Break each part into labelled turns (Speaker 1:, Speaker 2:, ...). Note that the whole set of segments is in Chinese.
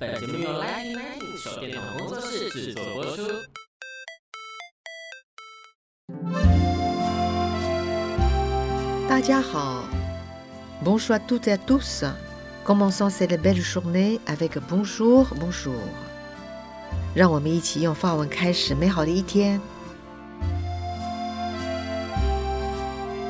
Speaker 1: 本节目由 Lightning Lightning 手电筒工作室制作播出。
Speaker 2: 大家好，Bonjour à toutes et à tous. Commençons cette belle journée avec bonjour, bonjour. 让我们一起用法文开始美好的一天。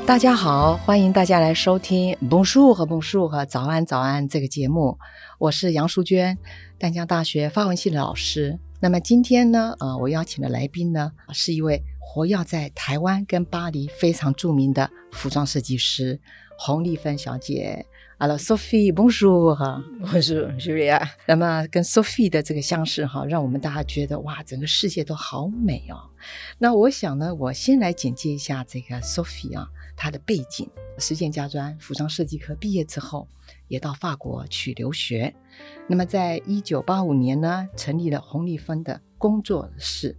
Speaker 2: 大家好，欢迎大家来收听《Bonjour 和 Bonjour 和早安早安》这个节目，我是杨淑娟，淡江大学法文系的老师。那么今天呢，呃，我邀请的来宾呢，是一位活跃在台湾跟巴黎非常著名的服装设计师洪丽芬小姐。Alors Sophie，Bonjour 哈，
Speaker 3: 我是 Julia，
Speaker 2: 那么跟 Sophie 的这个相识哈，让我们大家觉得哇，整个世界都好美哦。那我想呢，我先来简介一下这个 Sophie 啊，她的背景：实践家专服装设计科毕业之后，也到法国去留学。那么在一九八五年呢，成立了洪丽芬的工作室。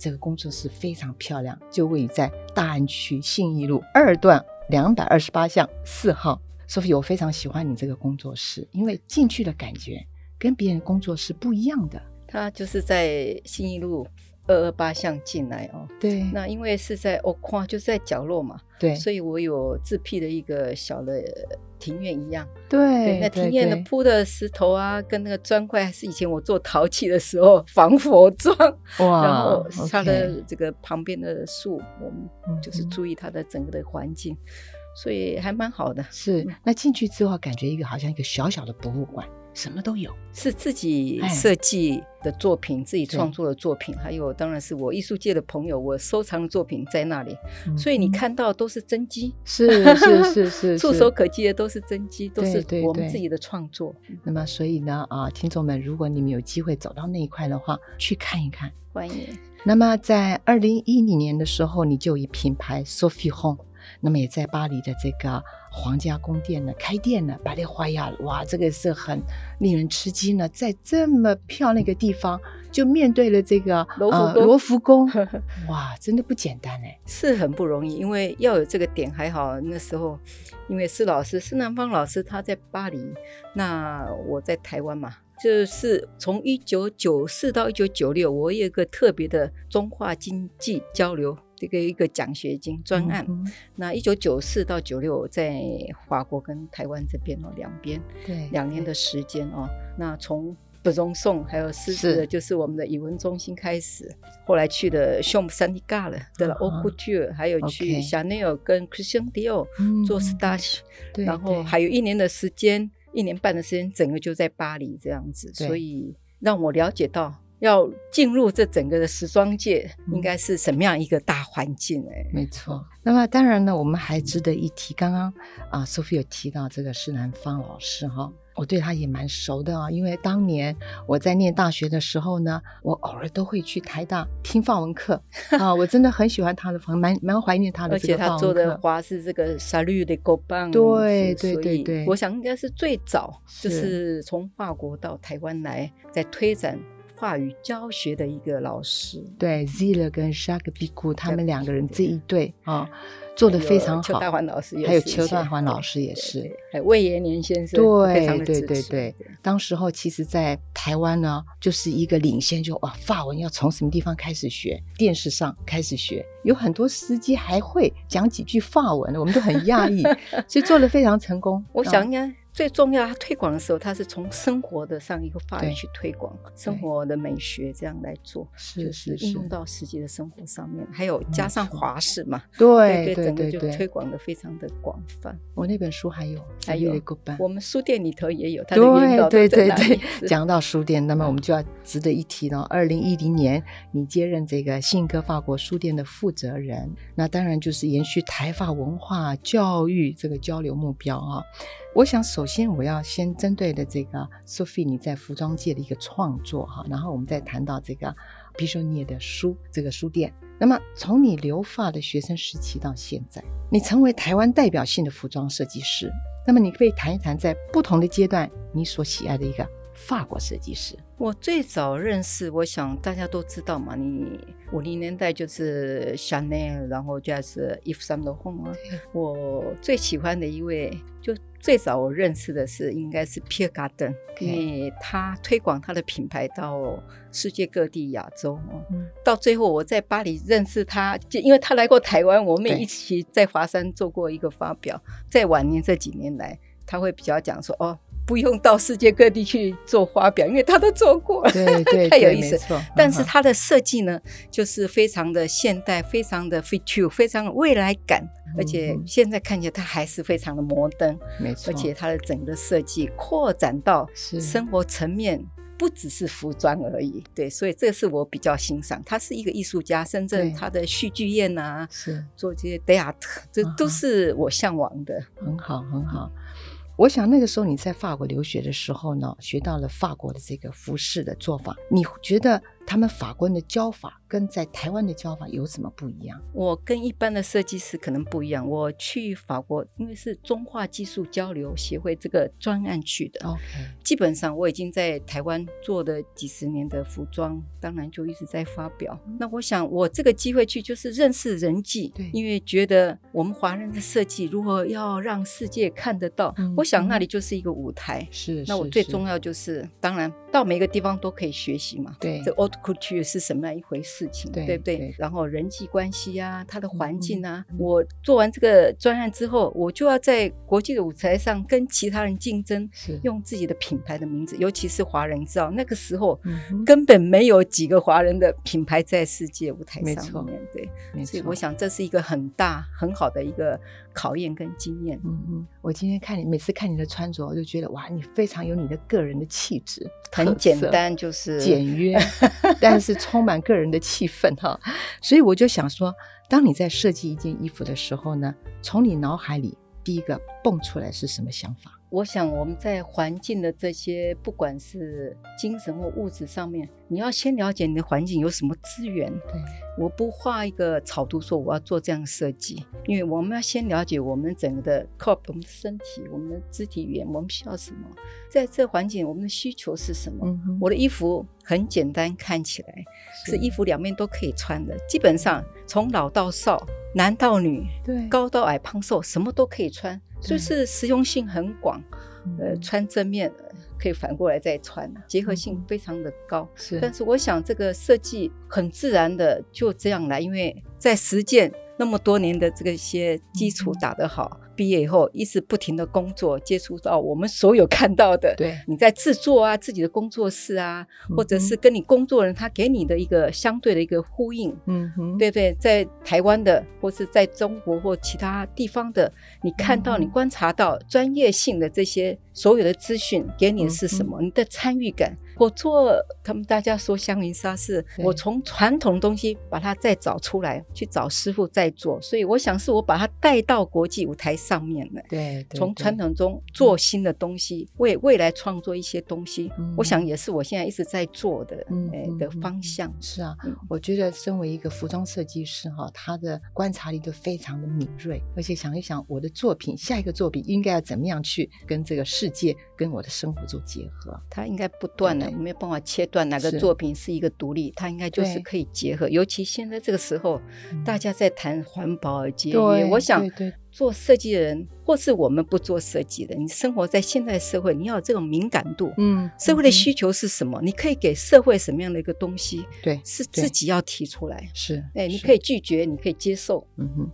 Speaker 2: 这个工作室非常漂亮，就位于在大安区信义路二段两百二十八巷四号。Sophie，我非常喜欢你这个工作室，因为进去的感觉跟别人工作室不一样的。
Speaker 3: 他就是在信义路二二八巷进来哦。
Speaker 2: 对
Speaker 3: 那因为是在哦框，就在角落嘛，
Speaker 2: 对
Speaker 3: 所以我有自辟的一个小的呃庭院一样。
Speaker 2: 对
Speaker 3: 那庭院的
Speaker 2: 对
Speaker 3: 铺的石头啊，跟那个砖块，还是以前我做陶器的时候防火砖。
Speaker 2: 哇，
Speaker 3: 然后它
Speaker 2: OK
Speaker 3: 的这个旁边的树，我
Speaker 2: 嗯
Speaker 3: 们就是
Speaker 2: 哼
Speaker 3: 注意它的整个的环境，
Speaker 2: 嗯
Speaker 3: 所以还蛮好的。
Speaker 2: 是那进去之后，感觉一个好像一个小小的博物馆，什么都有。
Speaker 3: 是自己
Speaker 2: 哎
Speaker 3: 设计的作品，自己
Speaker 2: 对
Speaker 3: 创作的作品，还有当然是我艺术界的朋友，我收藏的作品在那里，所以你
Speaker 2: 嗯
Speaker 3: 看到都是真迹，
Speaker 2: 是是是 是
Speaker 3: 触
Speaker 2: 是
Speaker 3: 手可及的都是真迹，都是
Speaker 2: 对对
Speaker 3: 我们
Speaker 2: 对
Speaker 3: 自己的创作，
Speaker 2: 那么，所以呢，啊，听众们，如果你们有机会走到那一块的话，去看一看。
Speaker 3: 欢迎。
Speaker 2: 那么，在二零一零年的时候，你就以品牌 Sophie Home，那么也在巴黎的这个皇家宫殿呢开店了，巴黎花亚，哇，这个是很令人吃惊的，在这么漂亮一个地方，就面对了这个
Speaker 3: 罗浮
Speaker 2: 呃
Speaker 3: 宫
Speaker 2: 罗 浮宫，哇，真的不简单哎。
Speaker 3: 是很不容易，因为要有这个点还好。那时候，因为施老师施南方老师他在巴黎，那我在台湾嘛，就是从一九九四到一九九六，我有一个特别的中化经济交流这个一个奖学金专案。
Speaker 2: 嗯哼
Speaker 3: 那一九九四到九六在法国跟台湾这边哦，两边
Speaker 2: 对，
Speaker 3: 两年的时间哦，那从。不容颂，还有狮子
Speaker 2: 是
Speaker 3: 的，就是我们的语文中心开始，后来去的 s h o m s a n d i g a 了，对了
Speaker 2: 啊哈
Speaker 3: o c o u t u r 还有
Speaker 2: OK
Speaker 3: 去 Chanel 跟 Christian Dior
Speaker 2: 嗯
Speaker 3: 做
Speaker 2: 嗯
Speaker 3: stash，、
Speaker 2: 对
Speaker 3: 然后
Speaker 2: 对
Speaker 3: 还有一年的时间，一年半的时间，整个就在巴黎这样子，
Speaker 2: 对
Speaker 3: 所以让我了解到，要进入这整个的时装界，
Speaker 2: 嗯
Speaker 3: 应该是什么样一个大环境哎、
Speaker 2: 没错。那么当然呢，我们还值得一提，刚刚啊，Sophie 有提到这个施南芳老师哈。我对他也蛮熟的啊，因为当年我在念大学的时候呢，我偶尔都会去台大听法 文课啊，我真的很喜欢他的法文，蛮蛮怀念他的
Speaker 3: 而
Speaker 2: 这
Speaker 3: 且
Speaker 2: 个法
Speaker 3: 他
Speaker 2: 文
Speaker 3: 做的
Speaker 2: 课。
Speaker 3: 花是这个沙律的狗棒，是
Speaker 2: 对对
Speaker 3: 所
Speaker 2: 对
Speaker 3: 以
Speaker 2: 对
Speaker 3: 我想应该是最早
Speaker 2: 是
Speaker 3: 就是从法国到台湾来，在推展法语教学的一个老师，
Speaker 2: 对 z i l a 跟 s h a k b i k u 他们两个人
Speaker 3: 对
Speaker 2: 这一对啊，做的非常
Speaker 3: 邱
Speaker 2: 好。
Speaker 3: 大环老师也是，
Speaker 2: 还有邱大环老师也是
Speaker 3: 对，对还有魏延年先生，
Speaker 2: 对
Speaker 3: 非常的
Speaker 2: 对
Speaker 3: 支
Speaker 2: 对
Speaker 3: 持
Speaker 2: 对，当时候其实，在台湾呢，就是一个领先就，哇，法文要从什么地方开始学？电视上开始学，有很多司机还会讲几句法文，我们都很讶 异，所以做的非常成功。
Speaker 3: 我
Speaker 2: 啊
Speaker 3: 想应该最重要，他推广的时候，他是从生活的上一个法
Speaker 2: 对
Speaker 3: 语去推广生活的美学，这样来做，
Speaker 2: 是
Speaker 3: 就是
Speaker 2: 是嗯
Speaker 3: 应
Speaker 2: 是，
Speaker 3: 用到实际的生活上面，还有加上
Speaker 2: 没错
Speaker 3: 华式嘛，
Speaker 2: 对对
Speaker 3: 整个
Speaker 2: 对
Speaker 3: 就推
Speaker 2: 对，
Speaker 3: 广的非常的广泛。
Speaker 2: 我那本书还有
Speaker 3: 还有
Speaker 2: 个版。
Speaker 3: 我们书店里头也有它的原稿都
Speaker 2: 对对
Speaker 3: 在
Speaker 2: 对
Speaker 3: 那里
Speaker 2: 对，
Speaker 3: 是
Speaker 2: 讲到书店，那么我们就要值得一提了。二零一零年，你接任这个信鸽法国书店的负责人，那当然就是延续台法文化教育这个交流目标啊。我想，首先我要先针对的这个 Sophie 你在服装界的一个创作哈、然后我们再谈到这个毕修涅的书这个书店。那么从你留发的学生时期到现在，你成为台湾代表性的服装设计师，那么你可以谈一谈，在不同的阶段，你所喜爱的一个法国设计师。
Speaker 3: 我最早认识，我想大家都知道嘛，你五零年代就是 Chanel，然后就是 Yves Saint Laurent 啊。我最喜欢的一位，就最早我认识的是应该是 Pierre Garden，
Speaker 2: OK
Speaker 3: 因为他推广他的品牌到世界各地、亚洲。哦
Speaker 2: 嗯
Speaker 3: 到最后我在巴黎认识他，就因为他来过台湾，我们也
Speaker 2: 对
Speaker 3: 一起在华山做过一个发表。在晚年这几年来，他会比较讲说哦。不用到世界各地去做发表，因为他都做 过了。
Speaker 2: 对对，
Speaker 3: 太有
Speaker 2: 对
Speaker 3: 意思
Speaker 2: 没错
Speaker 3: 但是
Speaker 2: 嗯哼
Speaker 3: 它的设计呢，就是非常的现代，非常的 feature，非常有未来感，而且
Speaker 2: 嗯
Speaker 3: 现在看起来它还是非常的摩登，
Speaker 2: 没错，嗯
Speaker 3: 而且它的整个设计扩展到
Speaker 2: 是
Speaker 3: 生活层面。不只是服装而已，对，所以这是我比较欣赏。他是一个艺术家，深圳
Speaker 2: 对
Speaker 3: 他的戏剧院啊，
Speaker 2: 是
Speaker 3: 做这些 d a t 这
Speaker 2: 嗯
Speaker 3: 都
Speaker 2: 哼
Speaker 3: 是我向往的。
Speaker 2: 很好很好。我想那个时候你在法国留学的时候呢，学到了法国的这个服饰的做法，你觉得他们法国人的教法跟在台湾的教法有什么不一样？
Speaker 3: 我跟一般的设计师可能不一样，我去法国，因为是中化技术交流协会这个专案去的，
Speaker 2: OK，
Speaker 3: 基本上我已经在台湾做了几十年的服装，当然就一直在发表。那我想，我这个机会去就是认识人际
Speaker 2: 嗯对，
Speaker 3: 因为觉得我们华人的设计如何要让世界看得到，
Speaker 2: 嗯
Speaker 3: 我想那里就是一个舞台。
Speaker 2: 是。
Speaker 3: 那我
Speaker 2: 是
Speaker 3: 最
Speaker 2: 是
Speaker 3: 重要就是，当然到每个地方都可以学习嘛。
Speaker 2: 对
Speaker 3: 这 old culture 是什么样一回事情，
Speaker 2: 对
Speaker 3: 对不对？
Speaker 2: 对
Speaker 3: 然后人际关系啊，它的环境啊，
Speaker 2: 嗯嗯
Speaker 3: 我做完这个专案之后，我就要在国际的舞台上跟其他人竞争，
Speaker 2: 是
Speaker 3: 用自己的品牌的名字，尤其是华人，知道那个时候。
Speaker 2: 嗯哼
Speaker 3: 根本没有几个华人的品牌在世界舞台
Speaker 2: 没错
Speaker 3: 上面对，
Speaker 2: 没
Speaker 3: 所以
Speaker 2: 错
Speaker 3: 我想这是一个很大很好的一个考验跟经验。
Speaker 2: 嗯嗯，我今天看你每次看你的穿着，我就觉得哇，你非常有你的个人的气质，特
Speaker 3: 很简
Speaker 2: 色
Speaker 3: 单，就是
Speaker 2: 简约，但是充满个人的气氛哈。所以我就想说，当你在设计一件衣服的时候呢，从你脑海里第一个蹦出来是什么想法？
Speaker 3: 我想我们在环境的这些，不管是精神或物质上面，你要先了解你的环境有什么资源。
Speaker 2: 对，
Speaker 3: 我不画一个草图说我要做这样的设计，因为我们要先了解我们整个的 corp，我们的身体、我们的肢体语言，我们需要什么，在这环境我们的需求是什么。
Speaker 2: 嗯哼，
Speaker 3: 我的衣服很简单，看起来是衣
Speaker 2: 服
Speaker 3: 服两面都可以穿的，基本上从老到少，男到女，
Speaker 2: 对
Speaker 3: 高到矮、胖瘦，什么都可以穿，所
Speaker 2: 对
Speaker 3: 以是实用性很广。呃，
Speaker 2: 嗯
Speaker 3: 穿正面呃可以反过来再穿，啊结合性非常的高。
Speaker 2: 是
Speaker 3: 但是我想这个设计很自然的就这样来，因为在实践那么多年的这个些基础
Speaker 2: 嗯
Speaker 3: 打得好，毕业以后一直不停的工作，接触到我们所有看到的。
Speaker 2: 对，
Speaker 3: 你在制作啊，自己的工作室啊，或者
Speaker 2: 嗯哼
Speaker 3: 是跟你工作人他给你的一个相对的一个呼应，
Speaker 2: 嗯哼，
Speaker 3: 对不对？在台湾的，或是在中国或其他地方的，你看到、
Speaker 2: 嗯
Speaker 3: 你观察到专业性的这些所有的资讯给你的是
Speaker 2: 嗯
Speaker 3: 什么？你的参与感。我做他们大家说香云纱是，
Speaker 2: 对
Speaker 3: 我从传统东西把它再找出来，去找师傅再做。所以我想是我把它带到国际舞台上面了。
Speaker 2: 对，对
Speaker 3: 从
Speaker 2: 对
Speaker 3: 传统中做新的东西，为未来创作一些东西，
Speaker 2: 嗯
Speaker 3: 我想也是我现在一直在做的，
Speaker 2: 嗯
Speaker 3: 哎
Speaker 2: 嗯
Speaker 3: 的
Speaker 2: 嗯
Speaker 3: 方向。
Speaker 2: 是啊
Speaker 3: 嗯，
Speaker 2: 我觉得身为一个服装设计师哈，他的观察力都非常的敏锐，而且想一想我的作品，下一个作品应该要怎么样去跟这个世界、跟我的生活做结合。
Speaker 3: 它应该不断的，
Speaker 2: 对
Speaker 3: 我没有办法切断哪个
Speaker 2: 是
Speaker 3: 作品是一个独立，它应该就是
Speaker 2: 对
Speaker 3: 可以结合。尤其现在这个时候，大家在谈环保节约，
Speaker 2: 对
Speaker 3: 我想
Speaker 2: 对对
Speaker 3: 做设计的人，或是我们不做设计的，你生活在现代社会，你要有这种敏感度。
Speaker 2: 嗯，
Speaker 3: 社会的
Speaker 2: 嗯哼
Speaker 3: 需求是什么？你可以给社会什么样的一个东西？
Speaker 2: 对
Speaker 3: 是
Speaker 2: 对
Speaker 3: 自己要提出来。
Speaker 2: 是，
Speaker 3: 哎，你
Speaker 2: 是
Speaker 3: 可以拒绝，你可以接受。
Speaker 2: 嗯哼，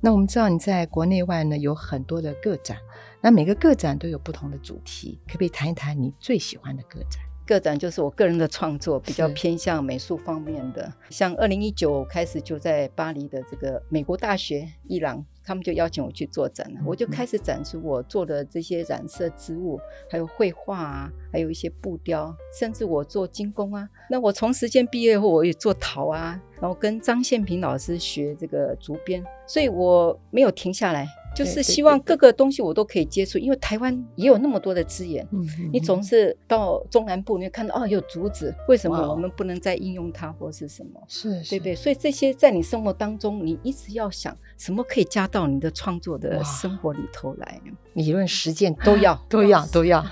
Speaker 2: 那我们知道你在国内外呢有很多的个展，那每个个展都有不同的主题，可不可以谈一谈你最喜欢的个展？
Speaker 3: 个展就是我个人的创作，比较
Speaker 2: 是
Speaker 3: 偏向美术方面的。像二零一九开始就在巴黎的这个美国大学伊朗，他们就邀请我去做展了，我就
Speaker 2: 嗯
Speaker 3: 开始展出我做的这些染色植物，还有绘画啊，还有一些布雕，甚至我做精工啊。那我从实践毕业后，我也做陶啊，然后跟张宪平老师学这个竹编，所以我没有停下来。就
Speaker 2: 对对
Speaker 3: 是希望
Speaker 2: 对
Speaker 3: 各个东西我都可以接触，因为台湾也有那么多的资源，
Speaker 2: 嗯，
Speaker 3: 你总是到中南部，你会看到哦，有竹子，为什么
Speaker 2: 哇哦
Speaker 3: 我们不能再应用它或是什么？
Speaker 2: 是
Speaker 3: 对
Speaker 2: 是
Speaker 3: 不对？所以这些在你生活当中，你一直要想什么可以加到你的创作
Speaker 2: 哇
Speaker 3: 的生活里头来。
Speaker 2: 理论实践
Speaker 3: 都要
Speaker 2: 都要都要。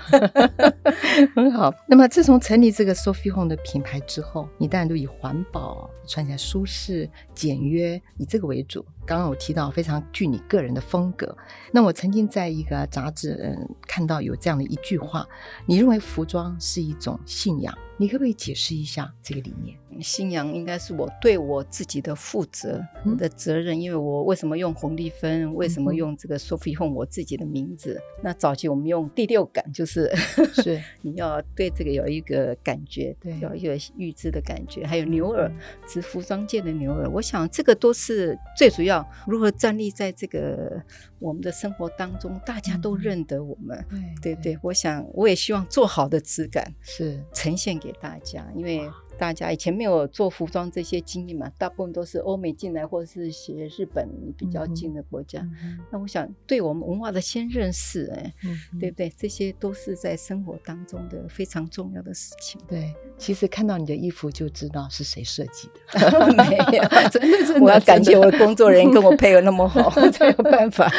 Speaker 2: 很好。那么自从成立这个 Sophie Home 的品牌之后，你当然都以环保、穿起来舒适、简约以这个为主。刚刚我提到非常具你个人的风格。那我曾经在一个杂志嗯看到有这样的一句话，你认为服装是一种信仰，你可不可以解释一下这个理念？
Speaker 3: 信仰应该是我对我自己的负责、
Speaker 2: 嗯
Speaker 3: 我的责任，因为我为什么用红绿分，为什
Speaker 2: 嗯
Speaker 3: 么
Speaker 2: 哼
Speaker 3: 用这个 Sophie Home 我自己的名字？那早期我们用第六感，就是
Speaker 2: 是
Speaker 3: 你要对这个有一个感觉，
Speaker 2: 对嗯
Speaker 3: 有一个预知的感觉，还有牛耳，是服装界的牛耳。我想这个都是最主要，如何站立在这个我们的生活当中，大家都
Speaker 2: 嗯
Speaker 3: 认得我们。对
Speaker 2: 对
Speaker 3: 对，我想我也希望做好的质感，
Speaker 2: 是
Speaker 3: 呈现给大家，因为大家以前没有做服装这些经历嘛，大部分都是欧美进来或者是学日本比
Speaker 2: 嗯
Speaker 3: 较近的国家。那我想，对我们文化的先认识，哎，
Speaker 2: 嗯。
Speaker 3: 对不对？这些都是在生活当中的非常重要的事情
Speaker 2: 对，其实看到你的衣服就知道是谁设计的。
Speaker 3: 没有，
Speaker 2: 真的真的
Speaker 3: 我要感谢
Speaker 2: 真的
Speaker 3: 我的工作人员跟我配合那么好， 我才有办法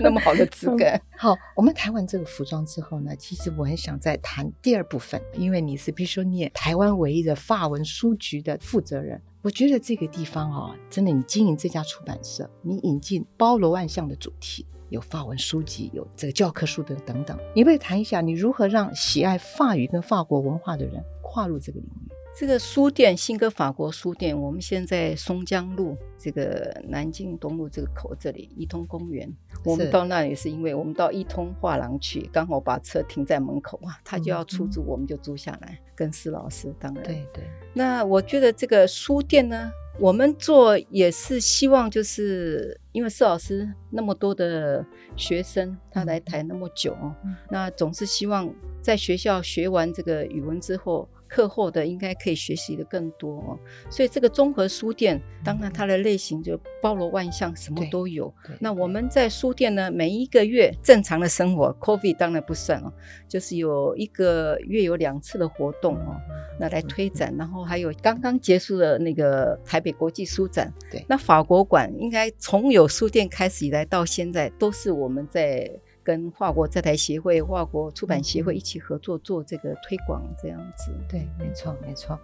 Speaker 3: 那么好的
Speaker 2: 嗯
Speaker 3: 质感。
Speaker 2: 好，我们谈完这个服装之后呢，其实我很想再谈第二部分，因为你是必须念台湾唯一的法文书局的负责人。我觉得这个地方哦，真的，你经营这家出版社，你引进包罗万象的主题，有法文书籍，有这个教科书的等等。你可以谈一下，你如何让喜爱法语跟法国文化的人跨入这个领域？
Speaker 3: 这个书店，新歌法国书店，我们现在松江路这个南京东路这个口这里，一通公园，我们到那里是因为我们到一通画廊去，刚好把车停在门口啊，他就要出租，我们就租下来，跟施老师当然。
Speaker 2: 嗯对对，
Speaker 3: 那我觉得这个书店呢，我们做也是希望，就是因为施老师那么多的学生，他来台那么久，哦
Speaker 2: 嗯
Speaker 3: 那总是希望在学校学完这个语文之后。课后的应该可以学习的更多哦，所以这个综合书店，当然它的类型就包罗万象，什么
Speaker 2: 对
Speaker 3: 都有。
Speaker 2: 对
Speaker 3: 那我们在书店呢，每一个月正常的生活，COVID 当然不算哦，就是有一个月有两次的活动哦，那
Speaker 2: 嗯
Speaker 3: 来推展，然后还有刚刚结束的那个台北国际书展，
Speaker 2: 对
Speaker 3: 那法国馆应该从有书店开始以来到现在，都是我们在跟法国在台协会、法国出版协会一起合作做这个推广，这样子。
Speaker 2: 嗯
Speaker 3: 嗯
Speaker 2: 对，没错没错。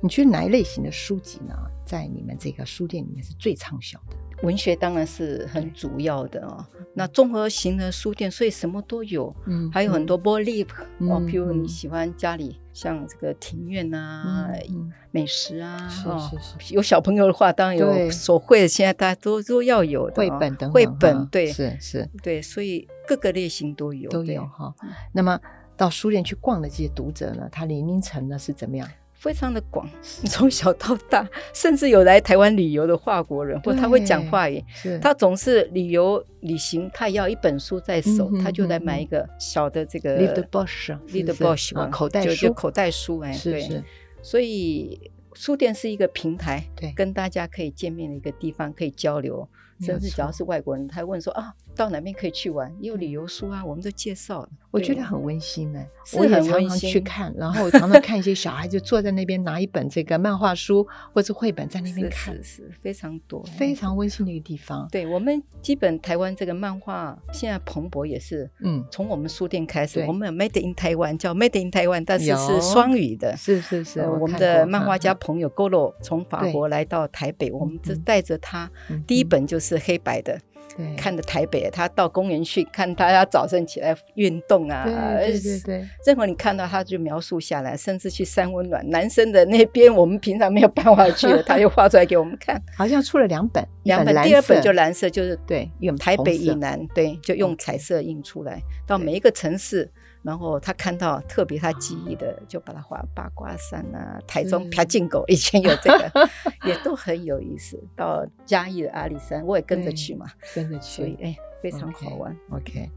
Speaker 2: 你觉得哪一类型的书籍呢，在你们这个书店里面是最畅销的？
Speaker 3: 文学当然是很主要的哦，那综合型的书店，所以什么都有，
Speaker 2: 嗯
Speaker 3: 还有很多 b o l i v 哦
Speaker 2: 嗯，
Speaker 3: 譬如
Speaker 2: 嗯
Speaker 3: 你喜欢家里像这个庭院啊、
Speaker 2: 嗯
Speaker 3: 美食啊，
Speaker 2: 是
Speaker 3: 哦
Speaker 2: 是是
Speaker 3: 有小朋友的话，当然
Speaker 2: 对
Speaker 3: 有手绘的，现在大家都都要有的
Speaker 2: 绘
Speaker 3: 哦
Speaker 2: 本等等
Speaker 3: 绘
Speaker 2: 哈
Speaker 3: 本对
Speaker 2: 是是
Speaker 3: 对，所以各个类型都有
Speaker 2: 都
Speaker 3: 对
Speaker 2: 有哈
Speaker 3: 嗯。
Speaker 2: 那么到书店去逛的这些读者呢，他年龄层呢是怎么样？
Speaker 3: 非常的广， 从小到大，甚至有来台湾旅游的法国人，或他会讲
Speaker 2: 对
Speaker 3: 法语，
Speaker 2: 是
Speaker 3: 他总是旅游旅行，他要一本书在手，
Speaker 2: 嗯哼
Speaker 3: 他就来
Speaker 2: 嗯
Speaker 3: 买一个小的这个
Speaker 2: Leave the Bosch 啊是
Speaker 3: Leave the
Speaker 2: 不是
Speaker 3: Bosch
Speaker 2: 啊
Speaker 3: 嘛
Speaker 2: 口袋
Speaker 3: 嗯就
Speaker 2: 书
Speaker 3: 就口袋书哎，
Speaker 2: 是
Speaker 3: 对
Speaker 2: 是，
Speaker 3: 所以书店是一个平台，
Speaker 2: 对
Speaker 3: 跟大家可以见面的一个地方，可以交流。
Speaker 2: 没有
Speaker 3: 甚至
Speaker 2: 错嗯
Speaker 3: 只要是外国人，他还问说啊，到哪边可以去玩？也有旅游书啊，我们都介绍了。
Speaker 2: 我
Speaker 3: 对
Speaker 2: 觉得很温馨哎，
Speaker 3: 是
Speaker 2: 我也
Speaker 3: 很
Speaker 2: 常
Speaker 3: 温
Speaker 2: 常去
Speaker 3: 馨
Speaker 2: 看，然后我常常看一些小孩就坐在那边拿一本这个漫画书或者绘本在那
Speaker 3: 是
Speaker 2: 边看
Speaker 3: 是，是非常多，
Speaker 2: 非。常温馨的一个地方。
Speaker 3: 对我们基本台湾这个漫画现在蓬勃也是
Speaker 2: 嗯，
Speaker 3: 从我们书店开始，
Speaker 2: 对
Speaker 3: 我们有 Made in Taiwan 叫 Made in Taiwan，但是
Speaker 2: 有
Speaker 3: 是双语的。
Speaker 2: 是是是，
Speaker 3: 呃我们
Speaker 2: 看
Speaker 3: 的
Speaker 2: 过
Speaker 3: 漫画，家
Speaker 2: 哈
Speaker 3: 朋友 Golo 从法
Speaker 2: 对
Speaker 3: 国来到台北，我们就
Speaker 2: 嗯哼
Speaker 3: 带着他
Speaker 2: 嗯哼
Speaker 3: 第一本就是黑白的，
Speaker 2: 对
Speaker 3: 看着台北，他到公园去看大家早晨起来运动啊，
Speaker 2: 对对对对，
Speaker 3: 任何你看到他就描述下来，甚至去三温暖。男生的那边我们平常没有办法去的，他又画出来给我们看。
Speaker 2: 好像出了两本， 一
Speaker 3: 两本，
Speaker 2: 蓝
Speaker 3: 第二本
Speaker 2: 色
Speaker 3: 就蓝色，就是
Speaker 2: 对，一本
Speaker 3: 台
Speaker 2: 红
Speaker 3: 北
Speaker 2: 色
Speaker 3: 以南，对，就用彩色印出来，到每一个城市。然后他看到特别他记忆的，就把它画八卦山啊，台中
Speaker 2: 是
Speaker 3: 爬进狗以前有这 个，也都很有意思。到嘉义的阿里山，我也跟着
Speaker 2: 对
Speaker 3: 去嘛，
Speaker 2: 跟着
Speaker 3: 所以
Speaker 2: 去，
Speaker 3: 哎，非常好玩。
Speaker 2: OK，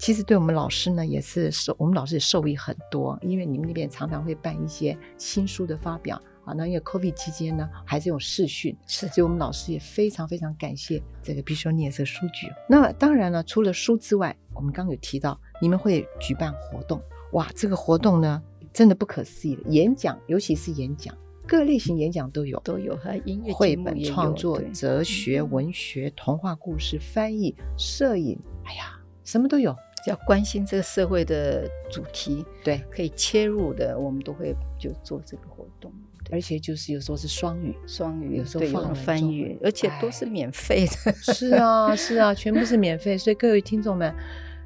Speaker 2: 其实对我们老师呢，也是受我们老师也受益很多，因为你们那边常常会办一些新书的发表啊。那因为 COVID 期间呢，还是有视讯，
Speaker 3: 是
Speaker 2: 所以我们老师也非常非常感谢这个必修念色书局。那当然了，除了书之外，我们刚刚有提到你们会举办活动，哇，这个活动呢真的不可思议的，演讲尤其是演讲，各类型演讲都有，
Speaker 3: 都有，还有音乐
Speaker 2: 绘
Speaker 3: 节目
Speaker 2: 本
Speaker 3: 也有
Speaker 2: 创作、
Speaker 3: 对嗯
Speaker 2: 哲学、文学、童话故事、翻译、摄影，哎呀，什么都有，
Speaker 3: 只要关心这个社会的主题，
Speaker 2: 对，
Speaker 3: 可以切入的，我们都会就做这个活动。
Speaker 2: 而且就是有时候是双语，
Speaker 3: 双语
Speaker 2: 有时候
Speaker 3: 对，有
Speaker 2: 放
Speaker 3: 人
Speaker 2: 了
Speaker 3: 翻
Speaker 2: 中
Speaker 3: 译
Speaker 2: 文，
Speaker 3: 而且都
Speaker 2: 哎
Speaker 3: 是免费的。
Speaker 2: 是啊，是啊，全部是免费，所以各位听众们，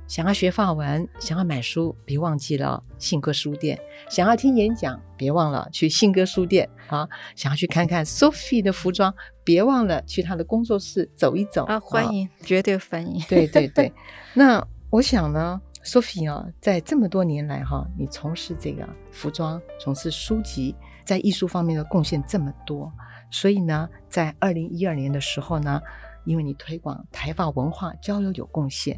Speaker 2: 想要学法文，想要买书，别忘记了信鸽书店；想要听演讲，别忘了去信鸽书店啊；想要去看看 Sophie 的服装，别忘了去她的工作室走一走
Speaker 3: 啊，欢。迎，绝对欢 迎。
Speaker 2: 对对对，那我想呢。Sophie 啊，在这么多年来哈、你从事这个服装，从事书籍，在艺术方面的贡献这么多，所以呢，在二零一二年的时候呢，因为你推广台法文化交流有贡献，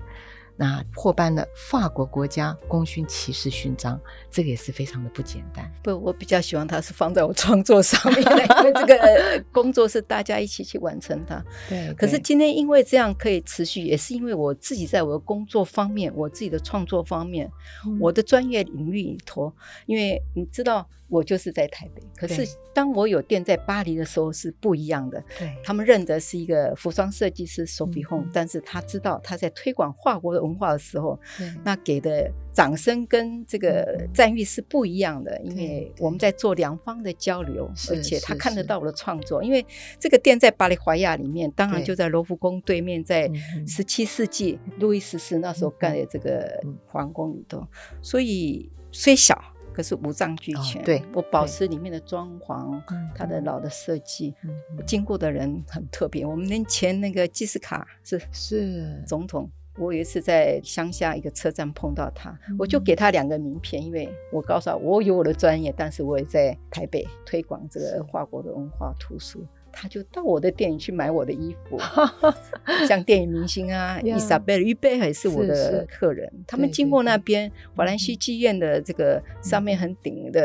Speaker 2: 那获颁了法国国家功勋骑士勋章，这个也是非常的不简单。
Speaker 3: 不，我比较喜欢它是放在我创作上面的，因为这个呃工作是大家一起去完成它。
Speaker 2: 对
Speaker 3: 可是今天因为这样可以持续，也是因为我自己在我的工作方面，我自己的创作方面，
Speaker 2: 嗯
Speaker 3: 我的专业领域里头，因为你知道我就是在台北，可
Speaker 2: 对
Speaker 3: 是当我有店在巴黎的时候是不一样的。
Speaker 2: 对
Speaker 3: 他们认得是一个服装设计师 Sophie
Speaker 2: 嗯
Speaker 3: Home，、
Speaker 2: 嗯
Speaker 3: 但是他知道他在推广法国的文化的时候，
Speaker 2: 对
Speaker 3: 那给的掌声跟这个
Speaker 2: 嗯
Speaker 3: 赞誉是不一样的，因为
Speaker 2: 对
Speaker 3: 我们在做两方的交流，
Speaker 2: 是
Speaker 3: 而且他
Speaker 2: 是
Speaker 3: 看得
Speaker 2: 是
Speaker 3: 到我的创作。因为这个店在巴黎华亚里面，当然
Speaker 2: 对
Speaker 3: 就在罗浮宫对面，在
Speaker 2: 嗯嗯
Speaker 3: 十七世纪路易十四那时候
Speaker 2: 嗯嗯
Speaker 3: 盖的这个
Speaker 2: 嗯
Speaker 3: 皇宫里头，所以虽小可是五脏俱
Speaker 2: 哦
Speaker 3: 全。
Speaker 2: 对
Speaker 3: 我保
Speaker 2: 对
Speaker 3: 持里面的装潢，它的老的设计，
Speaker 2: 嗯嗯
Speaker 3: 经过的人很特别。我们那前那个基斯卡是
Speaker 2: 是
Speaker 3: 总统，我有一次在乡下一个车站碰到他，我就
Speaker 2: 嗯
Speaker 3: 给他两个名片，因为我告诉他我有我的专业，但是我也在台北推广这
Speaker 2: 是
Speaker 3: 个法国的文化图书。他就到我的店里去买我的衣 服，像电影明星啊，
Speaker 2: 呀
Speaker 3: 伊莎贝尔·预备还是我
Speaker 2: 是
Speaker 3: 的
Speaker 2: 是
Speaker 3: 客人。他们
Speaker 2: 对
Speaker 3: 经
Speaker 2: 对嗯
Speaker 3: 过那
Speaker 2: 对
Speaker 3: 边法兰西剧院的这个上面很顶的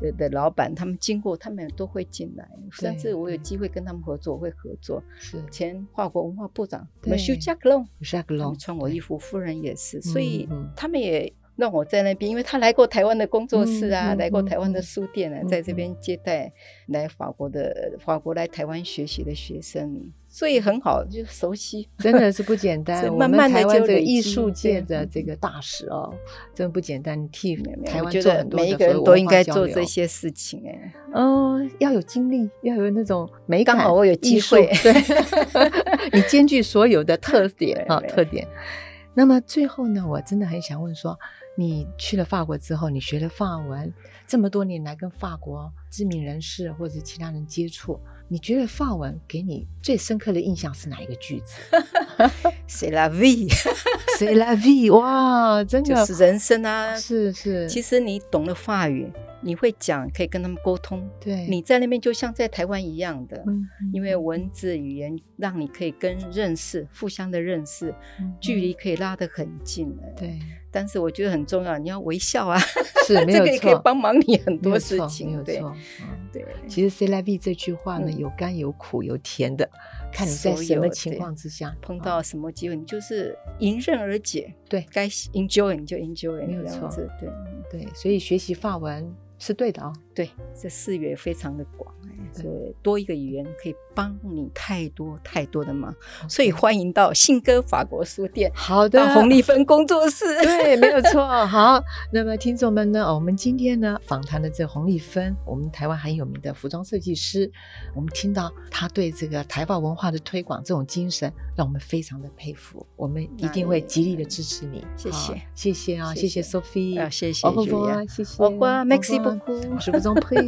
Speaker 3: 呃的的老板，他们经过，他们都会进来。甚
Speaker 2: 对
Speaker 3: 至我有
Speaker 2: 对
Speaker 3: 机会跟他们合作，我会合作。
Speaker 2: 是
Speaker 3: 前法国文化部长
Speaker 2: 对
Speaker 3: Monsieur j a c q u e l o n
Speaker 2: Jacques
Speaker 3: 他
Speaker 2: Long
Speaker 3: 们穿我衣
Speaker 2: 服，
Speaker 3: 服，夫人也是，所以
Speaker 2: 嗯嗯
Speaker 3: 他们也让我在那边，因为他来过台湾的工作室啊，
Speaker 2: 嗯嗯
Speaker 3: 来过
Speaker 2: 嗯
Speaker 3: 台湾的
Speaker 2: 嗯
Speaker 3: 书店啊，
Speaker 2: 嗯
Speaker 3: 在这边接待来法国的法国来台湾学习的学生，所
Speaker 2: 嗯
Speaker 3: 以很好，就熟悉。
Speaker 2: 真的是不简单
Speaker 3: 所以。
Speaker 2: 我
Speaker 3: 慢
Speaker 2: 们
Speaker 3: 慢地
Speaker 2: 台湾
Speaker 3: 就
Speaker 2: 这个
Speaker 3: 累
Speaker 2: 艺
Speaker 3: 积
Speaker 2: 术界
Speaker 3: 对
Speaker 2: 的这个大使哦，真的不简单。你替
Speaker 3: 没有没有
Speaker 2: 台
Speaker 3: 我
Speaker 2: 湾
Speaker 3: 觉
Speaker 2: 做
Speaker 3: 得
Speaker 2: 很多
Speaker 3: 每一
Speaker 2: 的
Speaker 3: 个
Speaker 2: 和
Speaker 3: 人
Speaker 2: 文
Speaker 3: 都应
Speaker 2: 化
Speaker 3: 该
Speaker 2: 交
Speaker 3: 做
Speaker 2: 流
Speaker 3: 这，些事情哎、
Speaker 2: 哦，要有精力，要有那种美感。
Speaker 3: 刚好我有机
Speaker 2: 艺术
Speaker 3: 会
Speaker 2: 对，你兼具所有的特点
Speaker 3: 对
Speaker 2: 啊，
Speaker 3: 对
Speaker 2: 特点。那么最后呢，我真的很想问说，你去了法国之后，你学了法文，这么多年来跟法国知名人士或者其他人接触，你觉得法文给你最深刻的印象是哪一个句子
Speaker 3: 谁啦 V
Speaker 2: ？C'est la vie，哇，真的
Speaker 3: 就是人生啊。
Speaker 2: 是是，
Speaker 3: 其
Speaker 2: 实
Speaker 3: 实你懂了法语，你会讲，可以跟他们沟通。
Speaker 2: 对
Speaker 3: 你在那边就像在台湾一样的，
Speaker 2: 嗯，嗯
Speaker 3: 因为文字语言让你可以跟认识互相的认识，
Speaker 2: 嗯
Speaker 3: 距离可以拉得很近。
Speaker 2: 嗯，对
Speaker 3: 但是我觉得很重要，你要微笑啊，
Speaker 2: 是没
Speaker 3: 这
Speaker 2: 有
Speaker 3: 个也可以
Speaker 2: 错，
Speaker 3: 帮忙你很
Speaker 2: 没有
Speaker 3: 多事
Speaker 2: 错没
Speaker 3: 情。
Speaker 2: 有
Speaker 3: 对
Speaker 2: 错。嗯
Speaker 3: 对，
Speaker 2: 其实 “c'est la vie” 这句话呢，
Speaker 3: 嗯
Speaker 2: 有甘有苦有甜的，看你在
Speaker 3: 所
Speaker 2: 什么
Speaker 3: 有
Speaker 2: 情
Speaker 3: 对
Speaker 2: 况之下
Speaker 3: 碰
Speaker 2: 啊
Speaker 3: 到什么机会，你就是迎刃而解。
Speaker 2: 对
Speaker 3: 该 enjoy 你就 enjoy，
Speaker 2: 没有
Speaker 3: 这样
Speaker 2: 错
Speaker 3: 子。对
Speaker 2: 嗯对，所以学习法文是对的哦。
Speaker 3: 对，这视野非常的广。哎
Speaker 2: 对
Speaker 3: 所以多一个语言可以帮你太多太多的忙，所以欢迎到信鸽法国书店，
Speaker 2: 好的
Speaker 3: 到，红丽芬工作室。
Speaker 2: 啊对，啊没有错。 好，那么听众们呢，哦我们今天呢访谈的这洪丽芬，我们台湾很有名的服装设计师，我们听到她对这个台湾文化的推广这种精神，让我们非常的佩服。我们一
Speaker 3: 哪
Speaker 2: 定会
Speaker 3: 里
Speaker 2: 极力的支持你。
Speaker 3: 嗯谢
Speaker 2: 好
Speaker 3: 谢
Speaker 2: 谢谢啊，
Speaker 3: 谢
Speaker 2: 谢谢
Speaker 3: 谢
Speaker 2: Sophie，
Speaker 3: 啊谢谢
Speaker 2: Au
Speaker 3: Julia
Speaker 2: 啊 revoir，谢谢，
Speaker 3: Au revoir，merci
Speaker 2: Au revoir
Speaker 3: beaucoup
Speaker 2: 我是不中配。